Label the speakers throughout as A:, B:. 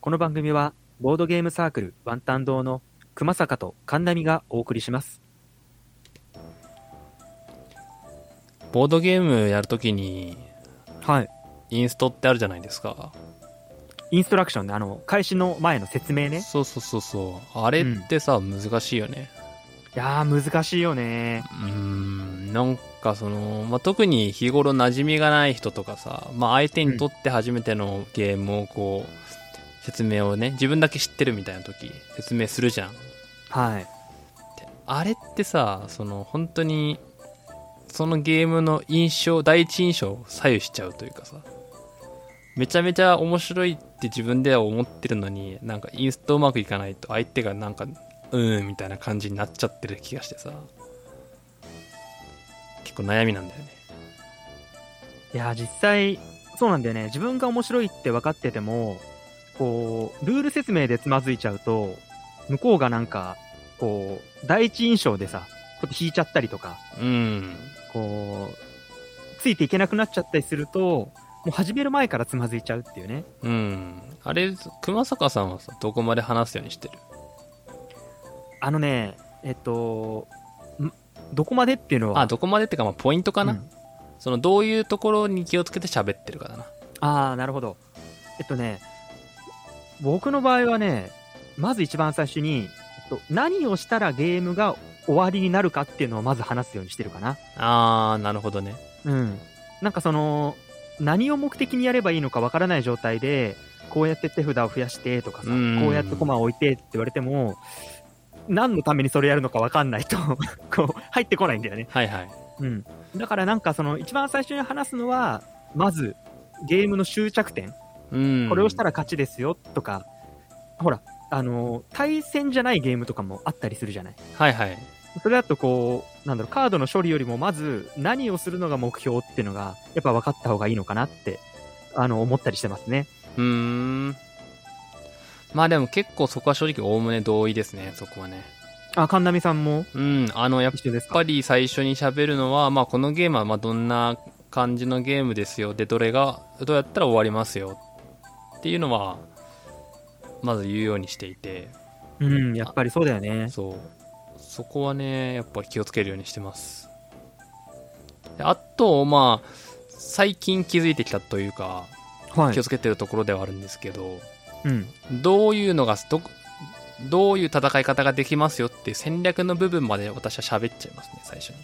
A: この番組は、ボードゲームサークルワンタン堂の熊坂と神波がお送りします。
B: ボードゲームやるときに
A: はい。
B: インストってあるじゃないですか
A: インストラクションね、あの、開始の前の説明ね。い
B: そうそうそうそうあれってさ、難しいよね
A: やー、難しいよね。
B: うーんなんかその、まあ、特に日頃馴染みがない人とかさ、まあ、相手にとって初めてのゲームをこう説明をね自分だけ知ってるみたいな時説明するじゃん
A: はい。
B: ってあれってさその本当にそのゲームの印象第一印象を左右しちゃうというかさめちゃめちゃ面白いって自分では思ってるのになんかインストうまくいかないと相手がなんかうーんみたいな感じになっちゃってる気がしてさ結構悩みなんだよね
A: いやー、実際、そうなんだよね。自分が面白いって分かってても、こう、ルール説明でつまずいちゃうと、向こうがなんか、こう、第一印象でさ、こうやって引いちゃったりとか、
B: うん
A: こう、ついていけなくなっちゃったりすると、もう始める前からつまずいちゃうっていうね。
B: うんあれ熊坂さんはさどこまで話すようにしてる
A: あのね、えっと、んどこまでっていうのは、
B: あどこまでってかまあポイントかな、
A: うん
B: そのどういうところに気をつけて喋ってるかだな
A: あー、なるほど。えっとね、僕の場合はね、まず一番最初に、えっと、何をしたらゲームが終わりになるかっていうのをまず話すようにしてるかな。
B: あーなるほどね
A: うん。なんかその、何を目的にやればいいのかわからない状態で、こうやって手札を増やしてとかさ、こ
B: うん
A: うやって駒を置いてって言われても、何のためにそれやるのかわかんないと、 こう、入ってこないんだよね。
B: はいはい
A: うん。だからなんかその、一番最初に話すのは、まず、ゲームの終着点。
B: うん、
A: これをした
B: ら
A: ら勝ちですよとか、ほら、あの、対戦じゃないゲームとかもあったりするじゃない。
B: はいはい
A: それだとこう、なんだろう、カードの処理よりもまず何をするのが目標っていうのが、やっぱ分かった方がいいのかなって、あの、思ったりしてますね。
B: うーんまあでも結構そこは正直おおむね同意ですねそこはね
A: あ、神波さんも
B: うんあのやっ
A: 一緒ですか
B: ぱり最初に喋るのは、まあ、このゲームはまあどんな感じのゲームですよでどれがどうやったら終わりますよっていうのはまず言うようにしていて
A: うん、やっぱりそうだよね。
B: そうそこはねやっぱ気をつけるようにしてますであとまあ最近気づいてきたというか
A: は
B: 気を
A: い。
B: つけてるところではあるんですけど、
A: うん。
B: どういうのがどどういう戦い方ができますよっていう戦略の部分まで私は喋っちゃいますね最初に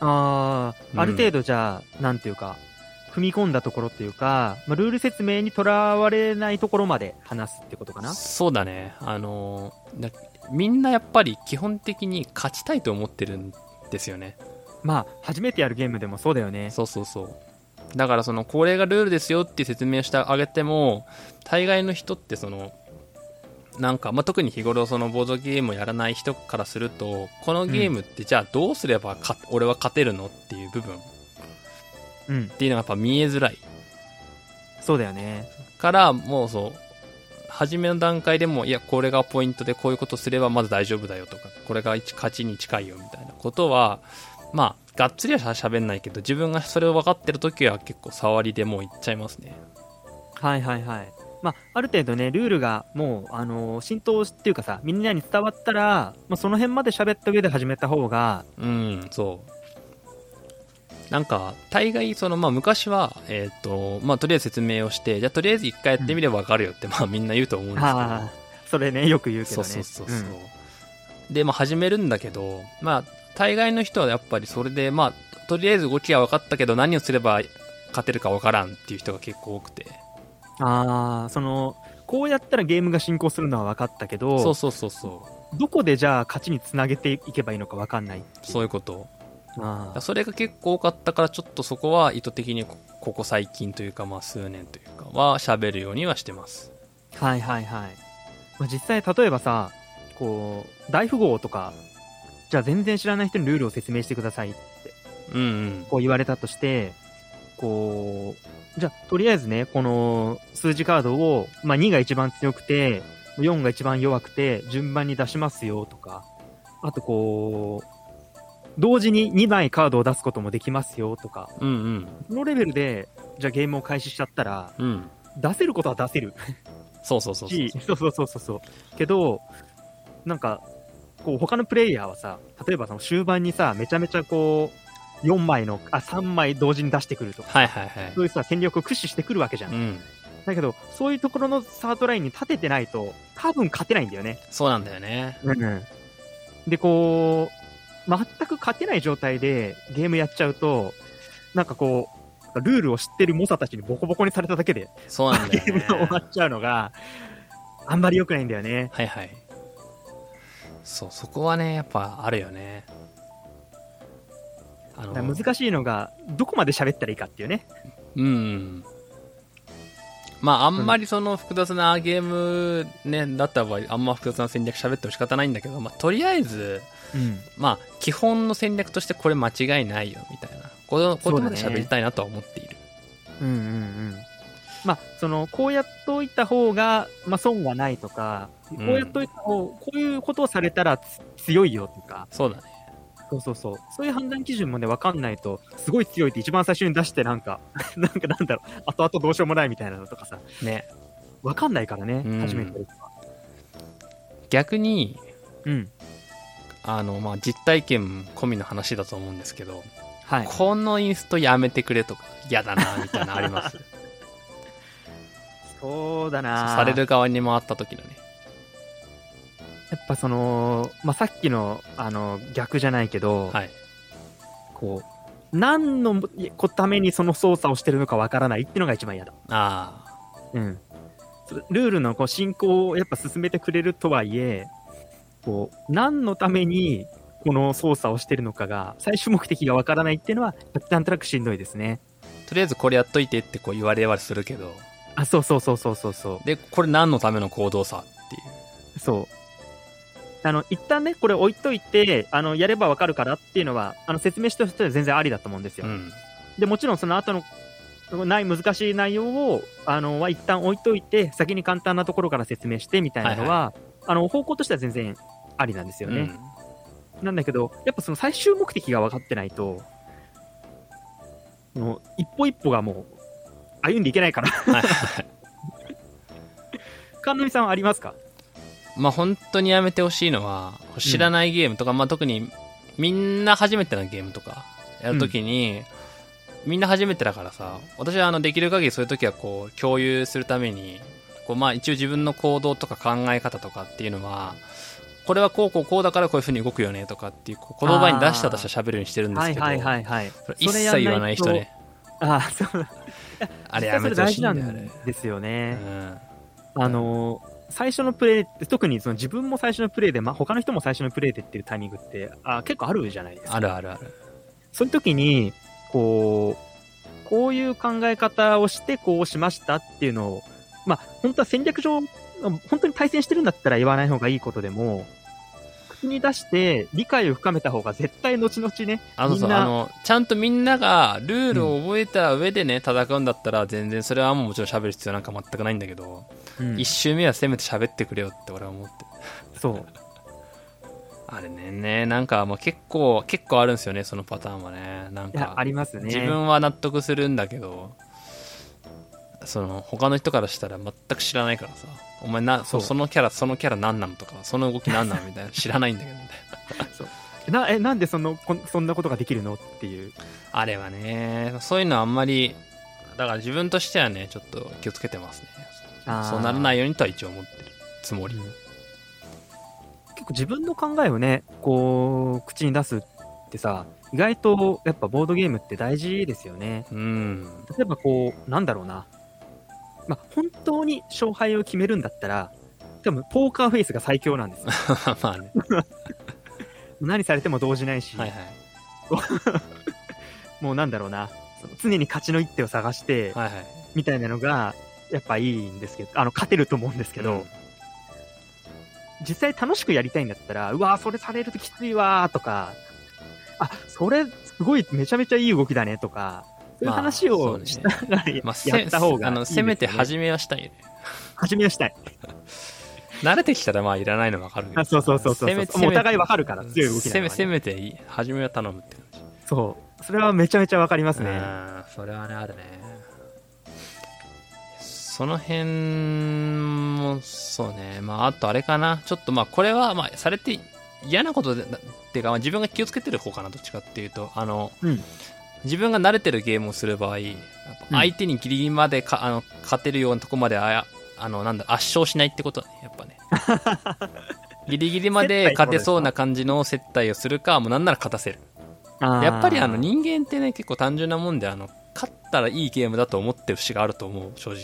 A: あ
B: うん
A: あ、ある程度じゃあ、なんていうか、踏み込んだところっていうか、まあ、ルール説明にとらわれないところまで話すってことかな。
B: そうだねあのなみんなやっぱり基本的に勝ちたいと思ってるんですよね
A: まあ、初めてやるゲームでもそうだよね。
B: そうそうそうだからそのこれがルールですよっていう説明をしてあげても大概の人ってそのなんか、まあ、特に日頃そのボードゲームをやらない人からするとこのゲームってじゃあどうすればか、俺は勝てるのっていう部分っ
A: うん、
B: ていうのがやっぱ見えづらい
A: そうだよね。
B: からもうそう初めの段階でもいやこれがポイントでこういうことすればまだ大丈夫だよとかこれが一勝ちに近いよみたいなことはまあがっつりはしゃべんないけど自分がそれを分かってる時は結構触りでもういっちゃいますね
A: はいはいはい。まあ、ある程度ね、ルールがもう、あのー浸透しっていうかさ、みんなに伝わったら、まあ、その辺まで喋った上で始めた方が、
B: うんそうなんか大概そのまあ昔はえっ、とまあとりあえず説明をしてじゃあとりあえず一回やってみれば分かるよって、まあみんな言うと思うんですけど
A: ああ、それね、よく言うけど
B: そう
A: ね。
B: そうそうそう、
A: ん
B: でまあ始めるんだけどまあ大概の人はやっぱりそれでまあとりあえず動きは分かったけど何をすれば勝てるか分からんっていう人が結構多くて
A: ああ、その、こうやったらゲームが進行するのは分かったけ
B: そ
A: ど
B: う、そうそうそ
A: どこでじゃあ勝ちにつなげていけばいいのか分かんない。
B: うそういうこと
A: あー
B: それが結構多かったからちょっとそこは意図的にこここ最近というかまあ数年というかは喋るようにはしてます
A: はいはいはい。まあ、実際、例えばさ、こう、大富豪とか、じゃあ全然知らない人にルールを説明してください
B: うんうん
A: こう言われたとして、こう、じゃあ、とりあえずね、この数字カードを、まあ、2が一番強くて、4が一番弱くて、順番に出しますよとか、あとこう、同時に2枚カードを出すこともできますよとか、
B: うんうん
A: このレベルで、じゃあゲームを開始しちゃったら、
B: うん
A: 出せることは出せる。
B: そうそうそうそう
A: し、そうそうそうそうそう。けど、なんか、こう、他のプレイヤーはさ、例えばその終盤にさ、めちゃめちゃこう、4枚の、あ、3枚同時に出してくるとか、
B: はいはいはい
A: そういうさ、戦略を駆使してくるわけじゃん。
B: うん
A: だけど、そういうところのスタートラインに立ててないと、多分勝てないんだよね。
B: そうなんだよね
A: で、こう、全く勝てない状態でゲームやっちゃうと、なんかこう、ルールを知ってる猛者たちにボコボコにされただけで、
B: そうなんだよ
A: ゲーム
B: ね
A: が終わっちゃうのが、あんまり良くないんだよね。
B: はいはいそうそこはねやっぱあるよねあ
A: だから難しいのが、どこまで喋ったらいいかっていうね。
B: うん。まあ、あんまりその複雑なゲーム、ね、だった場合、あんま複雑な戦略喋っても仕方ないんだけど、まあ、とりあえず、
A: うん。
B: まあ、基本の戦略としてこれ間違いないよ、みたいな。このことまで
A: そうだね
B: 喋りたいなとは思っている。
A: うんうんうん。まあ、その、こうやっといた方が、まあ、損はないとか、こ
B: うん
A: うやっといた方、こういうことをされたらつ強いよとか、
B: そうだね。
A: そうそうそう。そういう判断基準もね、わかんないと、すごい強いって一番最初に出してなんか、 なんかなんだろう、後々どうしようもないみたいなのとかさ、
B: ね。
A: わかんないからね
B: うん、
A: 初めては。
B: 逆に、
A: うん。
B: あの、まあ、実体験込みの話だと思うんですけど、
A: はい。
B: このインストやめてくれとか、嫌だな、みたいなのあります。
A: そうだな
B: される側に回った時のね。
A: やっぱその、まあ、さっきの、あの、逆じゃないけど、
B: はい。
A: こう、何のこためにその操作をしてるのかわからないってのが一番嫌だ。
B: あ
A: うん。そルールのこう進行をやっぱ進めてくれるとはいえ、こう、何のためにこの操作をしてるのかが、最終目的がわからないっていうのは、なんとなくしんどいですね。
B: あ。とりあえずこれやっといてってこう言われはするけど、
A: あ、そうそうそうそうそうそ
B: で、これ何のための行動さっていう。
A: う。そう。あの、一旦ね、これ置いといて、あの、やればわかるからっていうのは、あの、説明しとしては全然ありだと思うんですよ。
B: うん。
A: で、もちろんその後の、ない難しい内容を、あの、は一旦置いといて、先に簡単なところから説明してみたいなのは、あの、方向としては全然ありなんですよね。
B: うん
A: なんだけど、やっぱその最終目的が分かってないと、その一歩一歩がもう歩んでいけない から。
B: はいはい
A: 神波さんはありますか
B: まあ本当にやめてほしいのは、知らないゲームとか、まあ特にみんな初めてのゲームとかやるときに、みんな初めてだからさ、私はあのできる限りそういう時はこう共有するために、こうまあ一応自分の行動とか考え方とかっていうのは、これはこうこうこうだからこういうふうに動くよねとかっていう、こう言葉に出したとして喋るようにしてるんですけど、
A: いはい。
B: それ一切言わない人ね。
A: ああ、そうだ。
B: あれやめてほしいんだよ
A: 実際それ大
B: ね
A: 事。なんですよ
B: う
A: ね。
B: ん
A: あのー、最初のプレイって、特にその自分も最初のプレイで、まあ、他の人も最初のプレイでっていうタイミングって、あー結構あるじゃないですか。
B: あるあるある。
A: その時に、こう、こういう考え方をして、こうしましたっていうのを、まあ、本当は戦略上、本当に対戦してるんだったら言わない方がいいことでも、口に出して理解を深めた方が絶対後々ね、
B: あの
A: み
B: そ
A: ん
B: う
A: な
B: あのちゃんとみんながルールを覚えた上でね、戦うんだったら全然それはもうもちろん喋る必要なんか全くないんだけど、一周目はせめて喋ってくれよって俺は思って
A: そう。
B: あれねねなんかもう結構結構あるんですよねそのパターンはねなん
A: いや
B: か、
A: ありますね。
B: 自分は納得するんだけどその他の人からしたら全く知らないからさお前な
A: そ
B: そうそのキャラそのキャラ何なのとかその動き何なのみたいな知らないんだけどみたいな
A: な、え、なんでその、こんそんなことができるのっていう。
B: あれはね、そういうのはあんまり、だから自分としてはね、ちょっと気をつけてますね。
A: あー
B: そうならないようにとは一応思ってるつもり。
A: 結構自分の考えをね、こう、口に出すってさ、意外とやっぱボードゲームって大事ですよね。
B: うん。
A: 例えばこう、なんだろうな。まあ、本当に勝敗を決めるんだったら、多分ポーカーフェイスが最強なんですよ。
B: まあね。
A: 何されても動じないし、
B: はいはい。
A: もうなんだろうな。その常に勝ちの一手を探して、
B: はいはい。
A: みたいなのが、やっぱいいんですけど、あの、勝てると思うんですけど、実際楽しくやりたいんだったら、うわー、それされるときついわーとか、あ、それ、すごい、めちゃめちゃいい動きだねとか、そういう話
B: まあそう
A: を
B: ね
A: したら、
B: まあ、せ
A: やった方がいいですよね、
B: あのせめて始めはしたいよね。
A: 始めをしたい。
B: 慣れてきたらまあいらないの分かるけど。
A: あそうそうそうそう
B: せめ
A: もうお互い分かるから強い動きなのはね
B: せめせめていい初めは頼むって感じ。
A: そう。それはめちゃめちゃわかりますね。
B: うんそれはね、あるね。その辺も、そうね。まあ、あとあれかな。ちょっとまあ、これは、まあ、されて嫌なことで、なってか、まあ、自分が気をつけてる方かな、どっちかっていうと、あの、
A: うん
B: 自分が慣れてるゲームをする場合、やっぱ相手にギリギリまでか、あの、勝てるようなとこまであや、あの、なんだ、圧勝しないってことね、やっぱ ね。ギリギリまで勝てそうな感じの接待をするか、もうなんなら勝たせる。
A: あー
B: やっぱりあの人間ってね結構単純なもんであの勝ったらいいゲームだと思ってる節があると思う正直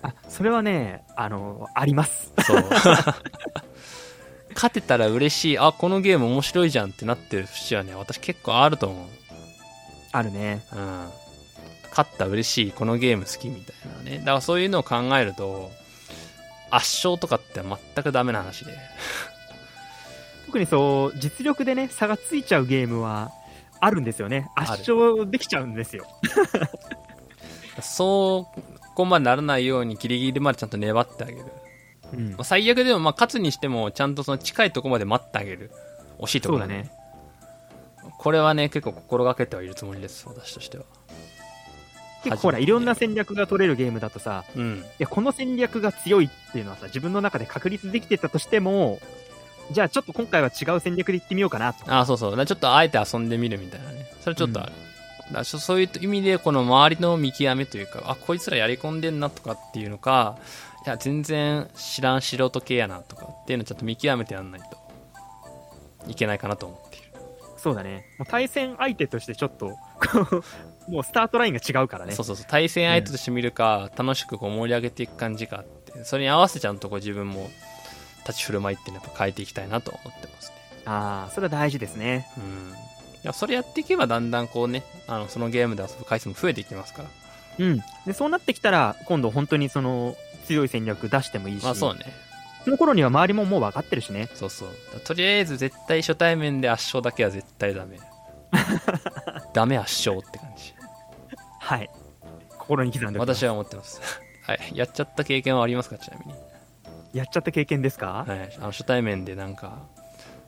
A: あそれはねあのあります
B: そう勝てたら嬉しいあこのゲーム面白いじゃんってなってる節はね私結構あると思 う、
A: あるね
B: うん、勝ったら嬉しいこのゲーム好きみたいなねだからそういうのを考えると圧勝とかって全くダメな話で
A: 特にそう実力でね差がついちゃうゲームはあるんですよね
B: る
A: 圧勝できちゃうんですよ
B: そうここまでならないようにギリギリまでちゃんと粘ってあげる
A: うん
B: まあ、最悪でもまあ勝つにしてもちゃんとその近いとこまで待ってあげる惜しいとこ
A: そう
B: ろ
A: だね
B: これはね結構心がけてはいるつもりです私としては
A: 結構ほらいろんな戦略が取れるゲームだとさ
B: うん
A: いやこの戦略が強いっていうのはさ自分の中で確立できてたとしてもじゃあちょっと今回は違う戦略でいってみようかなと
B: ああそうそうだからちょっとあえて遊んでみるみたいなねそれちょっとある、だからそそういう意味でこの周りの見極めというかあこいつらやり込んでんなとかっていうのかいや全然知らん素人系やなとかっていうのちょっと見極めてやんないといけないかなと思っている
A: そうだねもう対戦相手としてちょっと こうもうスタートラインが違うからね
B: そうそうそう対戦相手として見るか、楽しくこう盛り上げていく感じかってそれに合わせてちゃんとこう自分も立ち振る舞いっていうのはやっぱ変えていきたいなと思ってますね
A: ああそれは大事ですね
B: うんいやそれやっていけばだんだんこうねあのそのゲームで遊ぶ回数も増えていきますから
A: うんでそうなってきたら今度本当にその強い戦略出してもいいし、
B: まあそうね
A: その頃には周りももう分かってるしね
B: そうそうとりあえず絶対初対面で圧勝だけは絶 対ダメダメ圧勝って感じ
A: はい心に刻んでおきます
B: 私は思ってますはいやっちゃった経験はありますかちなみに
A: やっちゃった経験ですか、
B: はい、あの初対面でなんか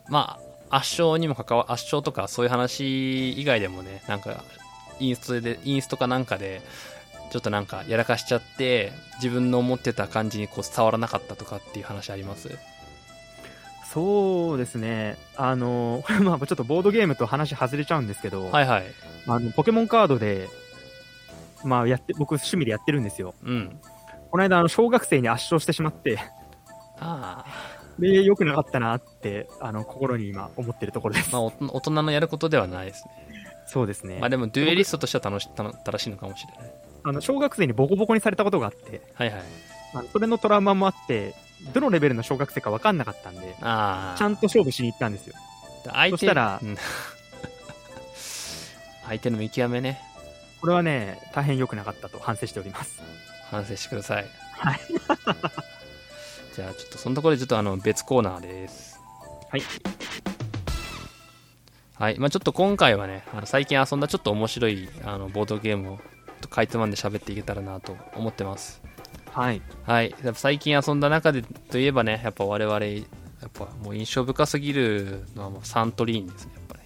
B: まあ圧勝にも関わ圧勝とかそういう話以外でもねなんかインストでインストかなんかでちょっとなんかやらかしちゃって自分の思ってた感じにこう伝わらなかったとかっていう話あります
A: そうですねあの これまあちょっとボードゲームと話外れちゃうんですけど、
B: はいはい
A: あのポケモンカードでまあやって僕趣味でやってるんですよ
B: うん
A: この間あの小学生に圧勝してしまって
B: ああ
A: で良くなかったなってあの心に今思ってるところです、
B: まあお大人のやることではないですね
A: そうですね
B: まあでもデュエリストとしては楽し楽楽しいのかもしれない
A: あの小学生にボコボコにされたことがあって
B: はいはい
A: あのそれのトラウマもあってどのレベルの小学生か分かんなかったんで
B: ああ
A: ちゃんと勝負しに行ったんですよ
B: 相手
A: そしたら
B: うん 相手の見極めね
A: これはね大変良くなかったと反省しております
B: 反省してください。。
A: はい
B: じゃあちょっとそのところでちょっとあの別コーナーです。
A: はい。
B: はい。まあちょっと今回はね、あの最近遊んだちょっと面白いあのボードゲームをちょっとかいつまんで喋っていけたらなと思ってます。
A: はい
B: はい。やっぱ最近遊んだ中でといえばね、やっぱ我々、やっぱもう印象深すぎるのはもうサントリーニですね、やっぱね。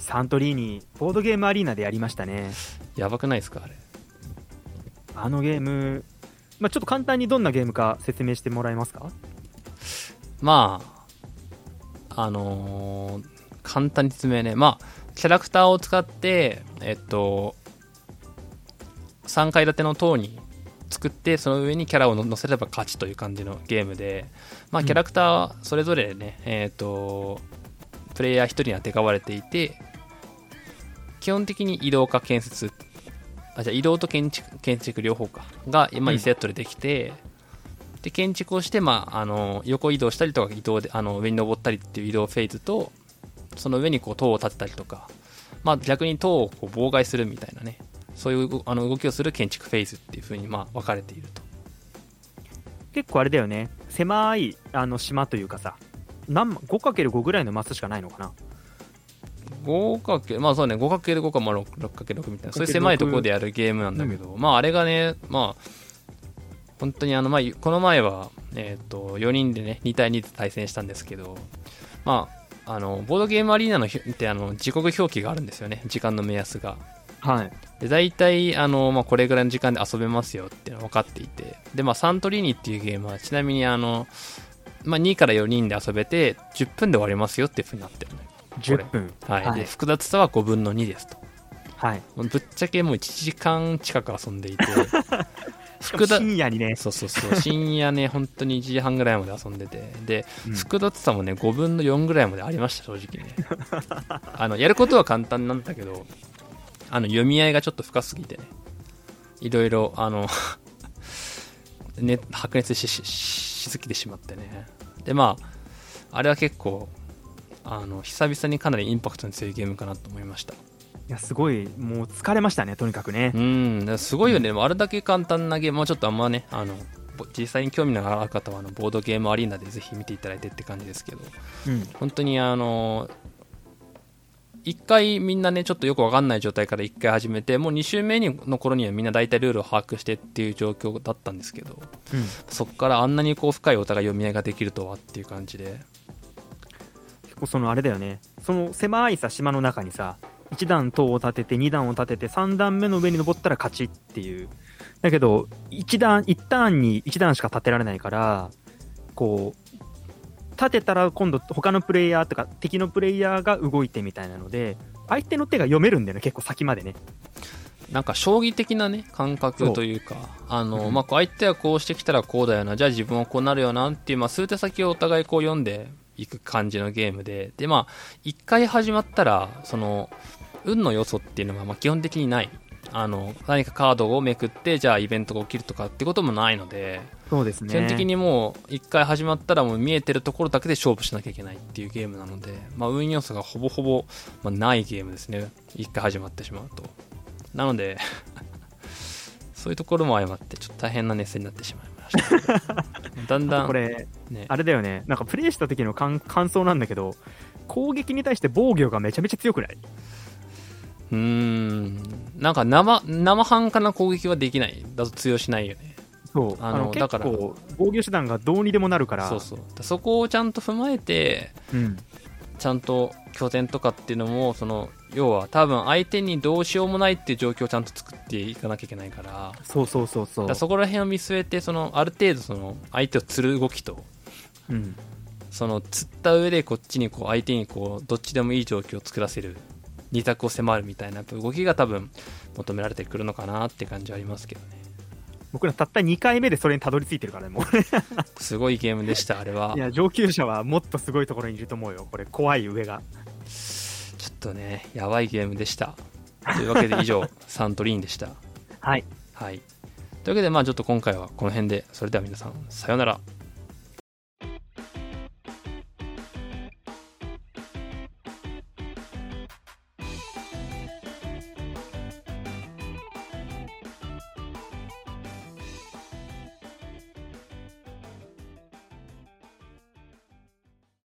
A: サントリーニボードゲームアリーナでやりましたね
B: やばくないですか、あれ。
A: あのゲーム、まあ、ちょっと簡単にどんなゲームか説明してもらえますか
B: まあ、あのー簡単に説明ね。まあ、キャラクターを使って、えっと、3階建ての塔に作って、その上にキャラを乗せれば勝ちという感じのゲームで、まあ、
A: うん
B: キャラクターそれぞれね、えっと、プレイヤー1人に当てがわれていて、基本的に移動か建設、あ、じゃあ移動と建築、建築両方か、が、今
A: うん
B: 1セットでできて、で建築をして、まあ、あの横移動したりとか移動であの上に登ったりっていう移動フェーズとその上にこう塔を建てたりとか、まあ、逆に塔をこう妨害するみたいなねそういう動あの動きをする建築フェーズっていうふうにまあ分かれていると
A: 結構あれだよね狭いあの島というかさ何 5×5 ぐらいのマスしかないのかな
B: 5× まあそうね 5×5 まあ 6×6 みたいなそういう狭いところでやるゲームなんだけど、まああれがねまあ本当にあの、まあ、この前は、えっと4人でね2対2で対戦したんですけどまああのボードゲームアリーナのひってあの時刻表記があるんですよね時間の目安が
A: はい。
B: で大体あの、まあ、これぐらいの時間で遊べますよっていうのは分かっていてで、まあ、サントリーニっていうゲームはちなみにあの、まあ、2から4人で遊べて10分で終わりますよっていうふうになってるのよ
A: 10分。
B: はい
A: はい
B: で複雑さは5分の2ですと
A: はい。
B: もうぶっちゃけもう1時間近く遊んでいて
A: しかも
B: 複雑
A: 深夜にね。
B: そうそうそう深夜ね本当に1時半ぐらいまで遊んでてで
A: うん
B: 複雑さもね5分の4ぐらいまでありました正 直ねあのやることは簡単なんだけどあの読み合いがちょっと深すぎてねいろいろあの ね白熱しししすぎてしまってねでまああれは結構あの久々にかなりインパクトの強いゲームかなと思いました
A: いや、すごい、もう疲れましたね、とにかくね
B: う。んだからすごいよね、でもあれだけ簡単なゲームはちょっとあんまねあのぼ実際に興味のある方はあのボードゲームアリーナでぜひ見ていただいてって感じですけど
A: うん。
B: 本当にあの一回みんなねちょっとよくわかんない状態から一回始めてもう2周目の頃にはみんな大体ルールを把握してっていう状況だったんですけど
A: うん。
B: そこからあんなにこう深いお互い読み合いができるとはっていう感じで
A: 結構そのあれだよね。その狭いさ、島の中にさ、1段塔を立てて、2段を立てて、3段目の上に登ったら勝ちっていう。だけど、1段、一段に1段しか立てられないから、こう、立てたら今度他のプレイヤーとか敵のプレイヤーが動いてみたいなので、相手の手が読めるんだよね、結構先までね。
B: なんか将棋的なね感覚というかあの、まあ、こう相手はこうしてきたらこうだよなじゃあ自分はこうなるよなっていう、まあ、数手先をお互いこう読んでいく感じのゲームででまあ一回始まったらその運の要素っていうのがまあ基本的にないあの何かカードをめくってじゃあイベントが起きるとかってこともないので、
A: そうですね。
B: 基本的にもう一回始まったらもう見えてるところだけで勝負しなきゃいけないっていうゲームなので、まあ、運要素がほぼほぼ、まあ、ないゲームですね一回始まってしまうとなので そういうところも相まってちょっと大変な熱戦になってしまいました だん
A: あ
B: だ
A: と
B: ん
A: これ、
B: ね
A: あれだよね、なんかプレイした時の感感想なんだけど、攻撃に対して防御がめちゃめちゃ強くないう
B: ーんなんか生生半可な攻撃はできないだと通用しないよね
A: そう、
B: あ
A: あ
B: の
A: の
B: だ
A: 結
B: から
A: 構、防御手段がどうにでもなるから、
B: そうそうだそこをちゃんと踏まえて
A: うん、
B: ちゃんと拠点とかっていうのもその要は多分相手にどうしようもないっていう状況をちゃんと作っていかなきゃいけないからだか
A: そうそうそうそう
B: らそこら辺を見据えてそのある程度その相手を釣る動きと
A: うん、
B: その釣った上でこっちにこう相手にこうどっちでもいい状況を作らせる二択を迫るみたいな動きが多分求められてくるのかなって感じはありますけどね
A: 僕らたった2回目でそれにたどり着いてるからね、もう
B: すごいゲームでしたあれはい
A: や上級者はもっとすごいところにいると思うよ、これ、怖い上が。
B: ちょっとねやばいゲームでしたというわけで以上サントリーンでした
A: はい
B: はい。というわけで、まあちょっと今回はこの辺で、それでは皆さん、さようなら。